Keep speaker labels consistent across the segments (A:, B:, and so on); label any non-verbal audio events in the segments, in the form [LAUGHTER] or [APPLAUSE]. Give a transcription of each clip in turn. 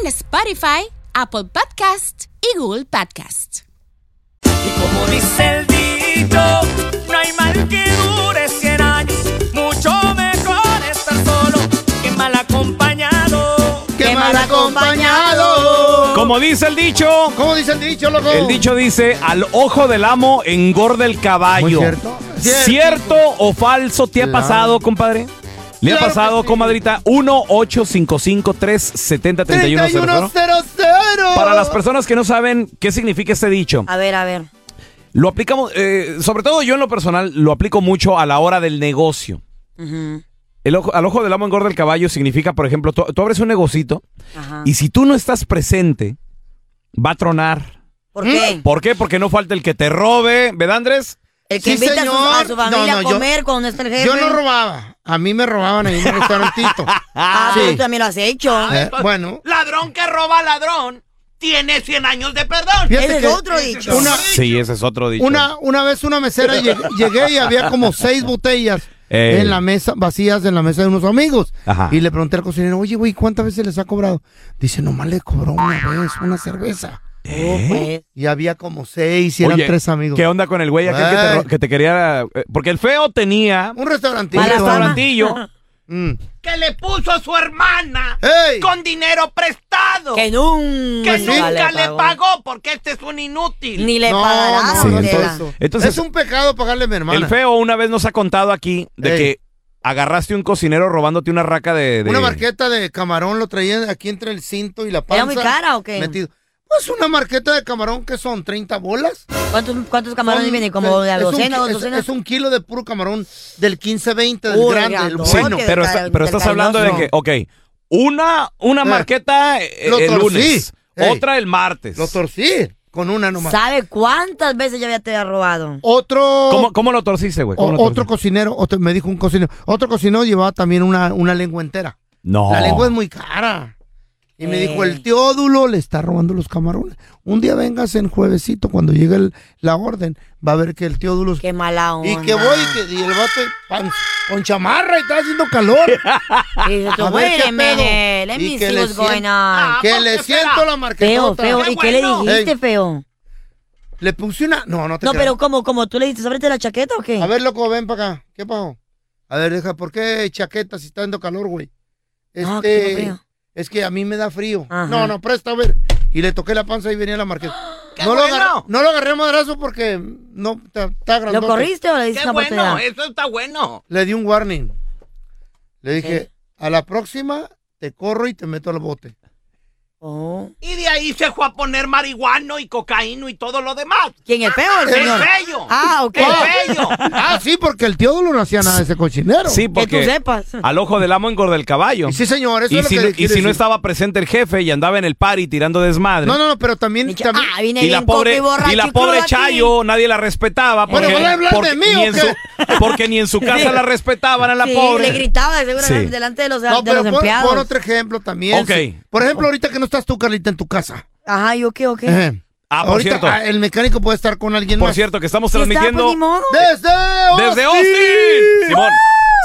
A: en Spotify, Apple Podcast y Google Podcast.
B: Y como dice el dicho, no hay mal que dure 100 años. Mucho mejor estar solo que mal acompañado.
C: ¡Qué mal acompañado!
D: Como dice el dicho,
C: ¿Cómo dice el dicho, loco?
D: el dicho dice, al ojo del amo engorda el caballo.
C: Muy cierto.
D: ¿Cierto,
C: Cierto.
D: o falso te ha
C: Claro.
D: pasado, compadre? ¿Le
C: Claro
D: ha pasado,
C: que sí.
D: comadrita? 1 855 370 3100
C: 3100.
D: Para las personas que no saben qué significa este dicho,
E: A ver, a ver.
D: lo aplicamos, eh, sobre todo yo en lo personal, lo aplico mucho a la hora del negocio.
E: Ujú,
D: El ojo, al ojo del amo engorda el caballo significa, por ejemplo, tú, tú abres un negocito
E: Ajá.
D: y si tú no estás presente, va a tronar.
E: ¿Por qué?
C: ¿Mm?
D: ¿Por qué? Porque no falta el que te robe, ¿verdad, Andrés?
E: El que
C: Sí,
E: invita a su, a
C: señor.
E: su familia
C: No, no,
E: a
C: yo-
E: comer cuando está el jefe.
C: Yo no robaba. A mí me robaban ahí en un
E: [LAUGHS]
C: restaurantito.
E: Ah,
C: Sí.
E: pero tú también lo has hecho.
C: Eh, bueno,
B: Ladrón que roba a ladrón tiene 100 años de perdón.
C: fíjate
E: Ese es
C: que
E: otro dicho.
C: Una,
D: Sí, ese es otro dicho.
C: una, una vez una mesera lleg- llegué y había como seis botellas
D: Ey.
C: en la mesa, vacías en la mesa de unos amigos.
D: Ajá.
C: Y le pregunté al cocinero, oye, güey, ¿cuántas veces les ha cobrado? Dice, nomás le cobró una vez, una cerveza.
E: Oh, pues.
C: Y había como seis y eran
D: ¿Eh? Oye,
C: tres amigos.
D: ¿Qué onda con el güey aquel que te, ro-
C: Ey.
D: que te quería...? eh, Porque el feo tenía
C: Un
D: un
C: restaurantito.
E: Mala fama.
D: restaurantillo.
C: [LAUGHS] Mm.
B: Que le puso a su hermana
C: ¡Ey!
B: con dinero prestado.
E: Que nunca,
B: que
C: sí.
B: nunca le pagó porque este es un inútil.
E: Ni le
C: No,
E: pagará.
C: no,
D: Sí,
C: no es
E: Adela.
C: eso.
D: Entonces-
C: es un pecado pagarle a mi hermana.
D: El feo una vez nos ha contado aquí de
C: Ey.
D: que agarraste un cocinero robándote una raca de... de-
C: Una marqueta de camarón lo traía aquí entre el cinto y la panza.
E: ¿Era muy cara o qué?
C: Metido. Pues una marqueta de camarón que son 30 bolas.
E: ¿Cuántos, cuántos camarones
C: Son-
E: vienen? ¿Como de a
C: es un
E: docena,
C: ki-
E: dos
C: es-
E: docenas?
C: Es un kilo de puro camarón del 15-20, del
E: Uy,
C: grande, del
E: grandote.
D: Sí,
C: bueno.
E: que
D: pero,
E: del
D: está-
E: cal-
D: pero
E: del
D: estás hablando de que,
E: cariñoso.
D: ok, una, una
B: Ah.
C: Eh,
D: marqueta eh,
C: lo
D: el
C: torcí.
D: lunes,
C: Ey.
D: otra el martes.
C: Lo torcí con una nomás.
E: ¿Sabe cuántas veces ya había te había robado?
C: Otro...
D: ¿Cómo, cómo lo torciste, güey?
C: o-
D: ¿Cómo lo torciste?
C: otro cocinero, otro- me dijo un cocinero, otro cocinero llevaba también una, una lengua entera.
D: No.
C: La lengua es muy cara. Y me
E: Ey.
C: dijo, el teódulo le está robando los camarones. Un día vengas en juevesito, cuando llegue el- la orden, va a ver que el teódulo...
E: Qué mala onda.
C: Y que voy, y, que, y el vato pan- con chamarra y está haciendo calor.
E: [LAUGHS] Y dices tú,
C: A ver,
E: "Wait
C: ¿qué
E: a minute,
C: pedo?
E: let
C: Y
E: me
C: que
E: see
C: le
E: what's going
C: sienta- "Ah,
E: on.
C: que
B: ¿por
C: le
B: qué
C: siento
B: será?
C: la
E: Feo,
C: marquetota.
E: feo.
B: Qué
E: ¿Y qué le
B: bueno.
E: dijiste,
C: Ey.
E: feo?
C: Le puse una... No, no te
E: No,
C: creas.
E: pero ¿cómo? ¿Cómo? ¿Tú le dijiste, ábrete la chaqueta o qué?
C: A ver, loco, ven para acá. ¿Qué pasó? A ver, deja, ¿por qué chaqueta si está dando calor, güey?
E: No, que
C: Este,
E: no veo.
C: es que a mí me da frío.
E: Ajá.
C: No, no, presta, a ver. Y le toqué la panza y venía la
E: [GASPS]
C: marqueta.
B: ¡Qué
C: no, lo
B: bueno!
C: agarré, no lo agarré a madrazo porque no está, está
E: ¿Lo
C: grandote.
E: corriste o le diste
B: Qué
E: una
B: bueno,
E: oportunidad?
D: eh.
B: eso está bueno.
C: Le di un warning. Le dije, a la próxima te corro y te meto al bote. [LAUGHS]
E: Oh.
B: Y de ahí se fue a poner marihuano y cocaíno y todo lo demás.
E: ¿Quién es feo el
B: ¡Es
E: señor?
B: bello!
E: Ah, ok.
B: ¡Es bello!
C: Ah, sí, porque el tío no hacía nada de ese cochinero.
D: Sí,
E: Que tú
D: porque
E: sepas.
C: Ah,
D: al ojo del amo engorda el caballo.
C: Y sí, señor, eso
D: Y
C: es
D: si,
C: lo
D: no-
C: que
D: y si no estaba presente el jefe y andaba en el party tirando desmadre.
C: No, no, no, pero también...
E: Dicho,
C: también-
E: ah, vine
D: Y
E: bien
D: la pobre,
E: coca borracho
D: y la
E: crudo
D: pobre
E: aquí.
D: Chayo, nadie la respetaba.
C: Bueno,
D: Porque,
C: ¿van a hablar de
D: porque
C: mí o
D: ni en
C: qué?
D: su, porque ni en su casa la respetaban a la
E: Sí,
D: pobre.
E: le gritaba seguramente
D: Sí.
E: delante de los,
C: No,
E: de los
C: pero pon,
E: empleados.
C: pon otro ejemplo también.
D: Ok.
C: Sí. Por ejemplo, ahorita que no estás tú, Carlita, en tu casa.
E: Ajá, yo qué, o qué.
C: Ejé.
D: Ah, por
C: ahorita
D: cierto,
C: ah, el mecánico puede estar con alguien
D: por
C: más.
D: cierto, que estamos
E: Sí está,
D: transmitiendo
E: pues, ni modo.
C: ¡Desde Austin!
D: desde Austin. Simón,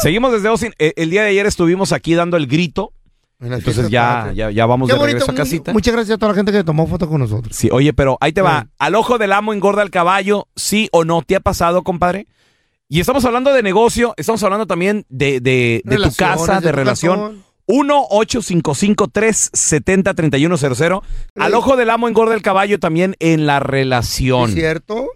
D: seguimos desde Austin. E- El, día de ayer estuvimos aquí dando el grito.
C: Mira,
D: Entonces
C: fíjate,
D: ya,
C: padre.
D: ya, ya vamos
C: Qué
D: de
C: bonito.
D: regreso a
C: mu-
D: casita.
C: Muchas gracias a toda la gente que tomó foto con nosotros.
D: Sí, oye, pero ahí te va.
C: Sí.
D: Al ojo del amo engorda el caballo, sí o no, ¿te ha pasado, compadre? Y estamos hablando de negocio, estamos hablando también de, de- de tu
C: Relaciones,
D: casa, de
C: tu
D: relación.
C: cantón.
D: 1-855-370-3100. Al ojo del amo engorda el caballo también en la relación.
C: ¿Es cierto?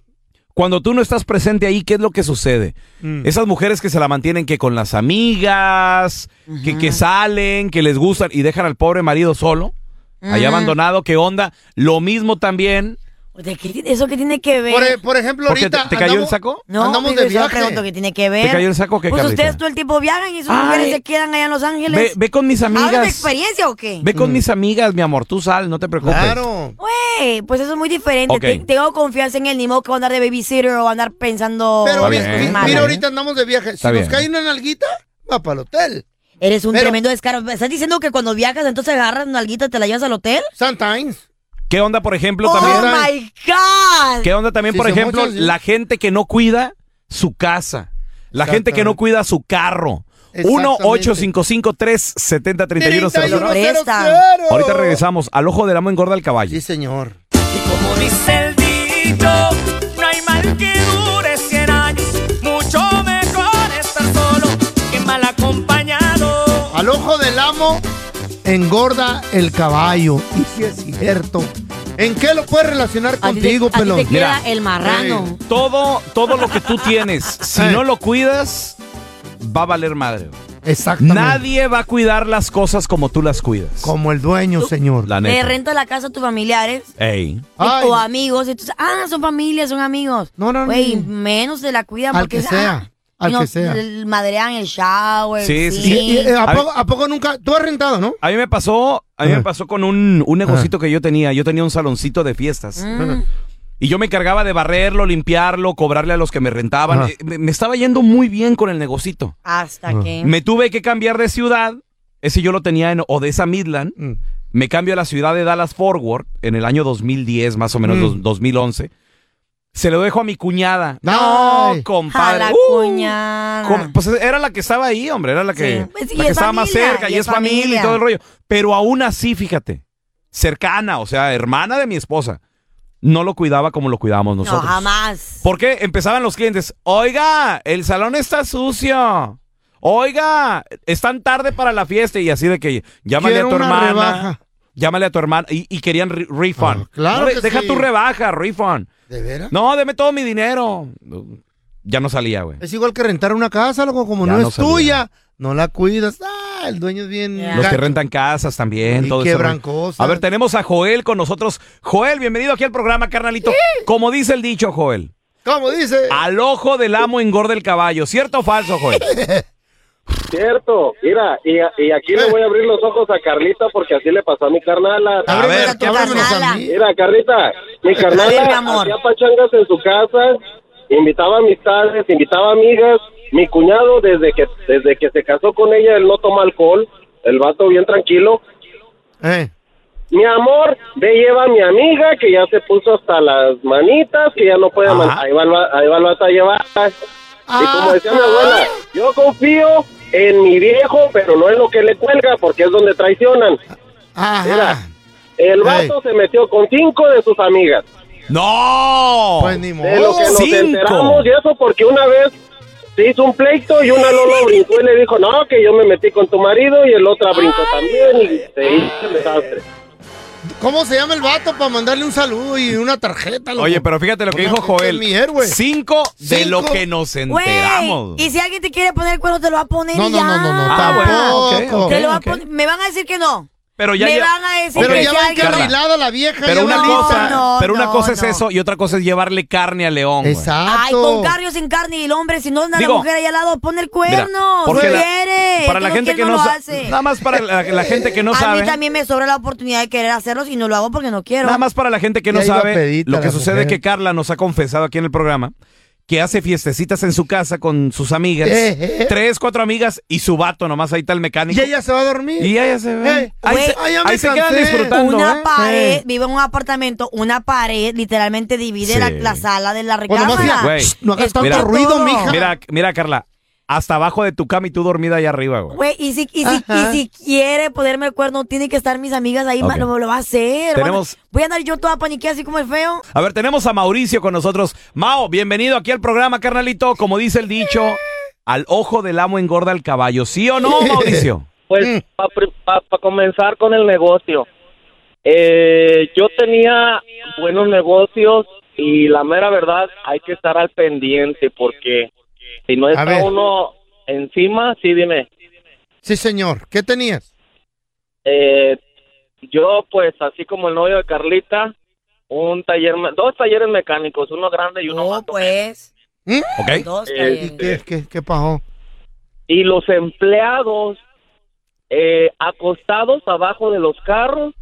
D: Cuando tú no estás presente ahí, ¿qué es lo que sucede?
C: Mm.
D: Esas mujeres que se la mantienen que con las amigas, que, que salen, que les gustan y dejan al pobre marido solo, ahí
E: Ajá.
D: abandonado, ¿qué onda? Lo mismo también.
E: ¿De qué tiene- ¿Eso qué tiene que ver?
C: Por, e- por ejemplo,
D: Porque
C: ahorita.
D: te- te cayó el
C: andamos-
D: saco?
E: no,
C: andamos
E: digo,
C: de
E: yo solo
C: viaje.
E: pregunto qué tiene que ver.
D: cayó el saco o qué,
E: Pues
D: Carlita?
E: ustedes todo el tiempo viajan y sus
D: Ay.
E: mujeres se quedan allá en Los
D: Ve,
E: Ángeles.
D: ve con mis
E: ¿Hablan de
D: amigas.
E: experiencia o qué?
D: Ve con mis amigas, mi amor, tú sal, no te preocupes.
C: Mm. Claro.
E: Güey, pues eso es muy diferente.
D: Ok.
E: Te- Tengo confianza en él, ni modo que va a andar de babysitter o va a andar pensando.
C: Pero
D: Está
C: mira,
D: bien.
C: mi-
E: Mala.
C: mira, ahorita andamos de viaje. Si
D: Está
C: nos
D: bien.
C: cae una nalguita, va para el hotel.
E: Eres un
C: Pero-
E: tremendo descaro. ¿Estás diciendo que cuando viajas entonces agarras nalguita y te la llevas al hotel?
C: Sometimes.
D: ¿Qué onda, por ejemplo,
E: ¡Oh,
D: también?
E: my God!
D: ¿Qué onda también,
C: Sí,
D: por
C: se
D: ejemplo,
C: mochan, sí.
D: la gente que no cuida su casa? La gente que no
C: Exactamente.
D: cuida su carro.
C: Exactamente.
D: 1-855-370-3100.
C: 31-0-0.
E: presta.
D: Ahorita regresamos. Al ojo del amo engorda el caballo.
C: Sí, señor.
B: Y como dice el dicho, no hay mal que dure 100 años. Mucho mejor estar solo que mal acompañado.
C: Al ojo del amo engorda el caballo. Y si es cierto. ¿En qué lo puedes relacionar
E: A ti te-
C: contigo,
E: a ti te
C: pelón?
E: queda
D: Mira.
E: el marrano.
D: Todo, todo lo que tú tienes, si
C: Eh.
D: no lo cuidas, va a valer madre.
C: Exactamente.
D: Nadie va a cuidar las cosas como tú las cuidas.
C: Como el dueño, señor.
D: La
E: Le
D: neta.
E: renta la casa a tus familiares
D: Ey.
C: Ay,
E: o amigos. Y tú dices, ah, son familias, son amigos.
C: No, no, no.
E: Güey, menos de la cuidan
C: Al
E: porque
C: que
E: es, ah,
C: sea, al
E: y nos-
C: que sea.
E: el- Madrean el shower.
D: Sí,
E: Sí,
D: sí,
C: y- y- eh, ¿a,
D: A
C: poco, a poco nunca? Tú has rentado, ¿no?
D: A mí me pasó, a mí
C: Ajá.
D: me pasó con un, un negocito que yo tenía. Yo tenía un saloncito de fiestas.
E: Mm.
D: Y yo me encargaba de barrerlo, limpiarlo, cobrarle a los que me rentaban.
C: Ajá.
D: Eh, Me, me estaba yendo muy bien con el negocito.
E: Hasta
C: Ah.
E: que.
D: Me tuve que cambiar de ciudad. Ese yo lo tenía en Odessa Midland. Me cambio a la ciudad de Dallas Forward en el año 2010, más o menos
C: Mm.
D: dos- 2011. Se lo dejo a mi cuñada. No,
C: Ay.
E: A
D: compadre.
E: la
D: Uh,
E: cuñada.
D: com- pues era la que estaba ahí, hombre. Era la que,
E: Sí. Pues sí,
D: la
E: y
D: que
E: es
D: estaba más
E: familia,
D: cerca y, es familia
E: familia.
D: y todo el rollo. Pero aún así, fíjate, cercana, o sea, hermana de mi esposa, no lo cuidaba como lo cuidábamos nosotros.
E: No, jamás.
D: Porque empezaban los clientes, oiga, el salón está sucio. Oiga, están tarde para la fiesta y así de que llámale
C: Quiero
D: a tu
C: una
D: hermana.
C: rebaja.
D: Llámale a tu hermana y, y querían re- refund.
C: Ah, claro
D: No, de-
C: que
D: deja
C: sí.
D: tu rebaja, refund.
C: ¿De veras?
D: No, deme todo mi dinero. Ya no salía, güey.
C: Es igual que rentar una casa, loco. Como
D: Ya
C: no,
D: no
C: es
D: sabía.
C: tuya, no la cuidas. Ah, el dueño es bien.
E: Ya.
D: Los que
C: gacho.
D: rentan casas también,
C: Y
D: todo ese rollo.
C: quebran cosas.
D: A ver, tenemos a Joel con nosotros. Joel, bienvenido aquí al programa, carnalito. Como dice el dicho, Joel,
C: ¿Cómo dice?
D: al ojo del amo engorda el caballo. ¿Cierto o falso,
E: [LAUGHS]
D: Joel?
F: Cierto, mira, y, y aquí le voy a abrir los ojos a Carlita porque así le pasó a mi carnala.
D: A
C: Ábreme
D: ver,
C: la-
E: ¿qué
C: ábremelos
E: carnala?
C: a mí.
F: Mira, Carlita, mi
E: A ver, mi
F: carnala
E: amor.
F: hacía pachangas en su casa, invitaba amistades, invitaba amigas. Mi cuñado, desde que desde que se casó con ella, él no toma alcohol, el vato bien tranquilo.
C: Eh,
F: Mi amor, ve lleva a mi amiga que ya se puso hasta las manitas, que ya no puede
D: Ajá. Ah.
F: man- Ahí va, el va- ahí va el vato a llevar. Y como decía mi abuela, yo confío en mi viejo, pero no en lo que le cuelga, porque es donde traicionan.
C: Ajá.
F: Mira. El vato se metió con cinco de sus amigas.
D: ¡No!
C: Pues ni modo.
F: De lo que nos
D: Cinco.
F: enteramos, y eso porque una vez se hizo un pleito y una Lolo brincó y le dijo, no, que yo me metí con tu marido, y el otra brincó también, y se hizo el desastre.
C: ¿Cómo se llama el vato para mandarle un saludo y una tarjeta? loco?
D: Oye, pero fíjate lo que
C: Una
D: dijo
C: tarjeta
D: Joel.
C: es mi héroe.
D: Cinco de
C: Cinco.
D: lo que nos
E: Güey,
D: enteramos.
E: y si alguien te quiere poner el cuerno, te lo va a poner
C: No,
E: y
C: no,
E: ya.
C: no, no, no.
D: Ah,
C: tampoco.
D: bueno, ok, ok.
E: Te lo va a
D: ok.
E: poner- Me van a decir que no.
D: Pero ya
E: me
D: lle-
E: van a decir
C: Pero
D: Ok.
E: que
C: ya
E: sí,
C: va
E: alguien-
D: Carla.
C: encarrilada la vieja.
D: Pero
C: ya
D: una
C: va
E: No,
D: cosa,
E: no,
D: pero una
E: no,
D: cosa es
E: no.
D: eso y otra cosa es llevarle carne al león. güey.
C: Exacto.
E: Ay, con carne o sin carne y el hombre, si no anda
D: Digo,
E: la mujer ahí al lado, pone el
D: Mira,
E: cuerno.
D: porque
E: no
D: la-
E: quiere.
D: Para
E: El
D: la
E: no
D: gente
E: quiere,
D: que
E: no
D: no
E: lo
D: sa-
E: hace.
D: nada más para la, la gente que no
E: [LAUGHS] a
D: sabe.
E: mí también me sobra la oportunidad de querer hacerlo si no lo hago porque no quiero.
D: Nada más para la gente que no
C: Ya iba
D: sabe.
C: pedita
D: lo que
C: la
D: sucede
C: mujer.
D: es que Carla nos ha confesado aquí en el programa que hace fiestecitas en su casa con sus amigas.
C: Eh, eh.
D: Tres, cuatro amigas y su vato nomás ahí está el mecánico.
C: Y ella se va a dormir.
D: Y ella se ve.
C: Eh,
D: ahí
E: güey,
D: se,
C: ay, ya me
D: ahí se quedan
C: cansé.
D: disfrutando.
E: una
D: ¿eh?
E: pared,
C: Sí.
E: vive en un apartamento, una pared literalmente divide
D: Sí.
E: la, la sala de la
C: Bueno, más
E: recámara.
C: ya,
D: Güey.
C: shh, no hagas
E: Escucha
C: tanto
D: Mira.
C: ruido,
E: todo.
C: mija.
D: Mira, mira, Carla. Hasta abajo de tu cama y tú dormida allá arriba, güey.
E: Güey, y si, y, si,
C: Ajá.
E: y si quiere ponerme el cuerno, tiene que estar mis amigas ahí, ma-
D: Ok.
E: lo, lo va a hacer.
D: Tenemos-
E: Bueno, voy a andar yo toda paniqueada así como el feo.
D: A ver, tenemos a Mauricio con nosotros. Mao, bienvenido aquí al programa, carnalito. Como dice el dicho, al ojo del amo engorda el caballo. ¿Sí o no, Mauricio?
F: Pues para comenzar con el negocio, eh, yo tenía buenos negocios y la mera verdad hay que estar al pendiente porque si no está
C: ver.
F: uno encima, sí dime,
C: Sí, señor. ¿Qué tenías?
F: eh, yo pues así como el novio de Carlita, un taller, me- dos talleres mecánicos, uno grande y uno
E: No,
F: más o
E: pues.
D: ¿Mm? ¿Ok?
E: Dos
F: Eh,
C: ¿Y
E: talleres.
C: qué, qué, qué pasó?
F: y los empleados eh, acostados abajo de los carros,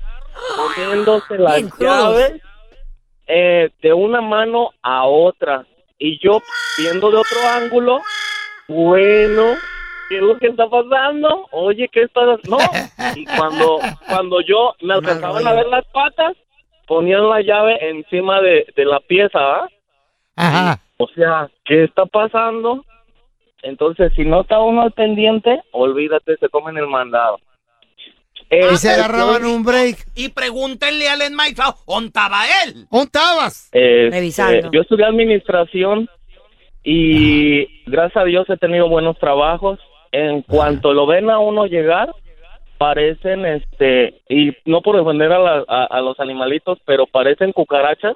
F: poniéndose las
E: Bien crudos.
F: llaves eh, de una mano a otra. Y yo viendo de otro ángulo, bueno, ¿qué es lo que está pasando? Oye, ¿qué está No. Y cuando, cuando yo me
C: Mal
F: alcanzaban
C: rollo.
F: a ver las patas, ponían la llave encima de, de la pieza, ¿ah?
C: Ajá.
F: O sea, ¿qué está pasando? Entonces, si no está uno al pendiente, olvídate, se comen el mandado. Eh,
C: Y se agarraban un break.
B: Y pregúntenle al enmaizado, ¿ontaba él?
C: ¿Dónde estabas?
F: eh, eh,
E: Revisando.
F: yo estudié administración y gracias a Dios he tenido buenos trabajos. En cuanto lo ven a uno llegar, parecen, este, y no por defender a, la- a- a los animalitos, pero parecen cucarachas.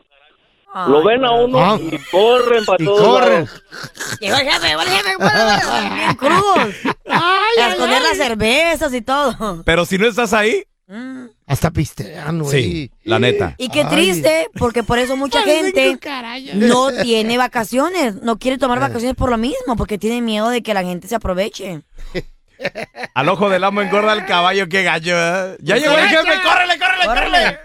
E: Ay,
F: lo ven a uno
C: Ah.
F: y corren para
C: Y
F: todos
C: corren.
F: lados.
E: Llegó el jefe, llegó el jefe, bueno, bueno, bien crudos.
D: [LAUGHS]
E: A esconder las cervezas y todo.
D: Pero si no estás ahí,
E: Mm.
C: Hasta pistean, güey.
D: sí, la
B: [LAUGHS]
D: neta.
E: Y qué
C: Ay.
E: triste, porque por eso mucha gente no tiene vacaciones, no quiere tomar vacaciones por lo mismo, porque tiene miedo de que la gente se aproveche.
B: Pues
D: Al ojo del amo engorda el caballo, qué gallo. ¿eh? Ya llegó el jefe, córrele, córrele, córrele.
E: Órale.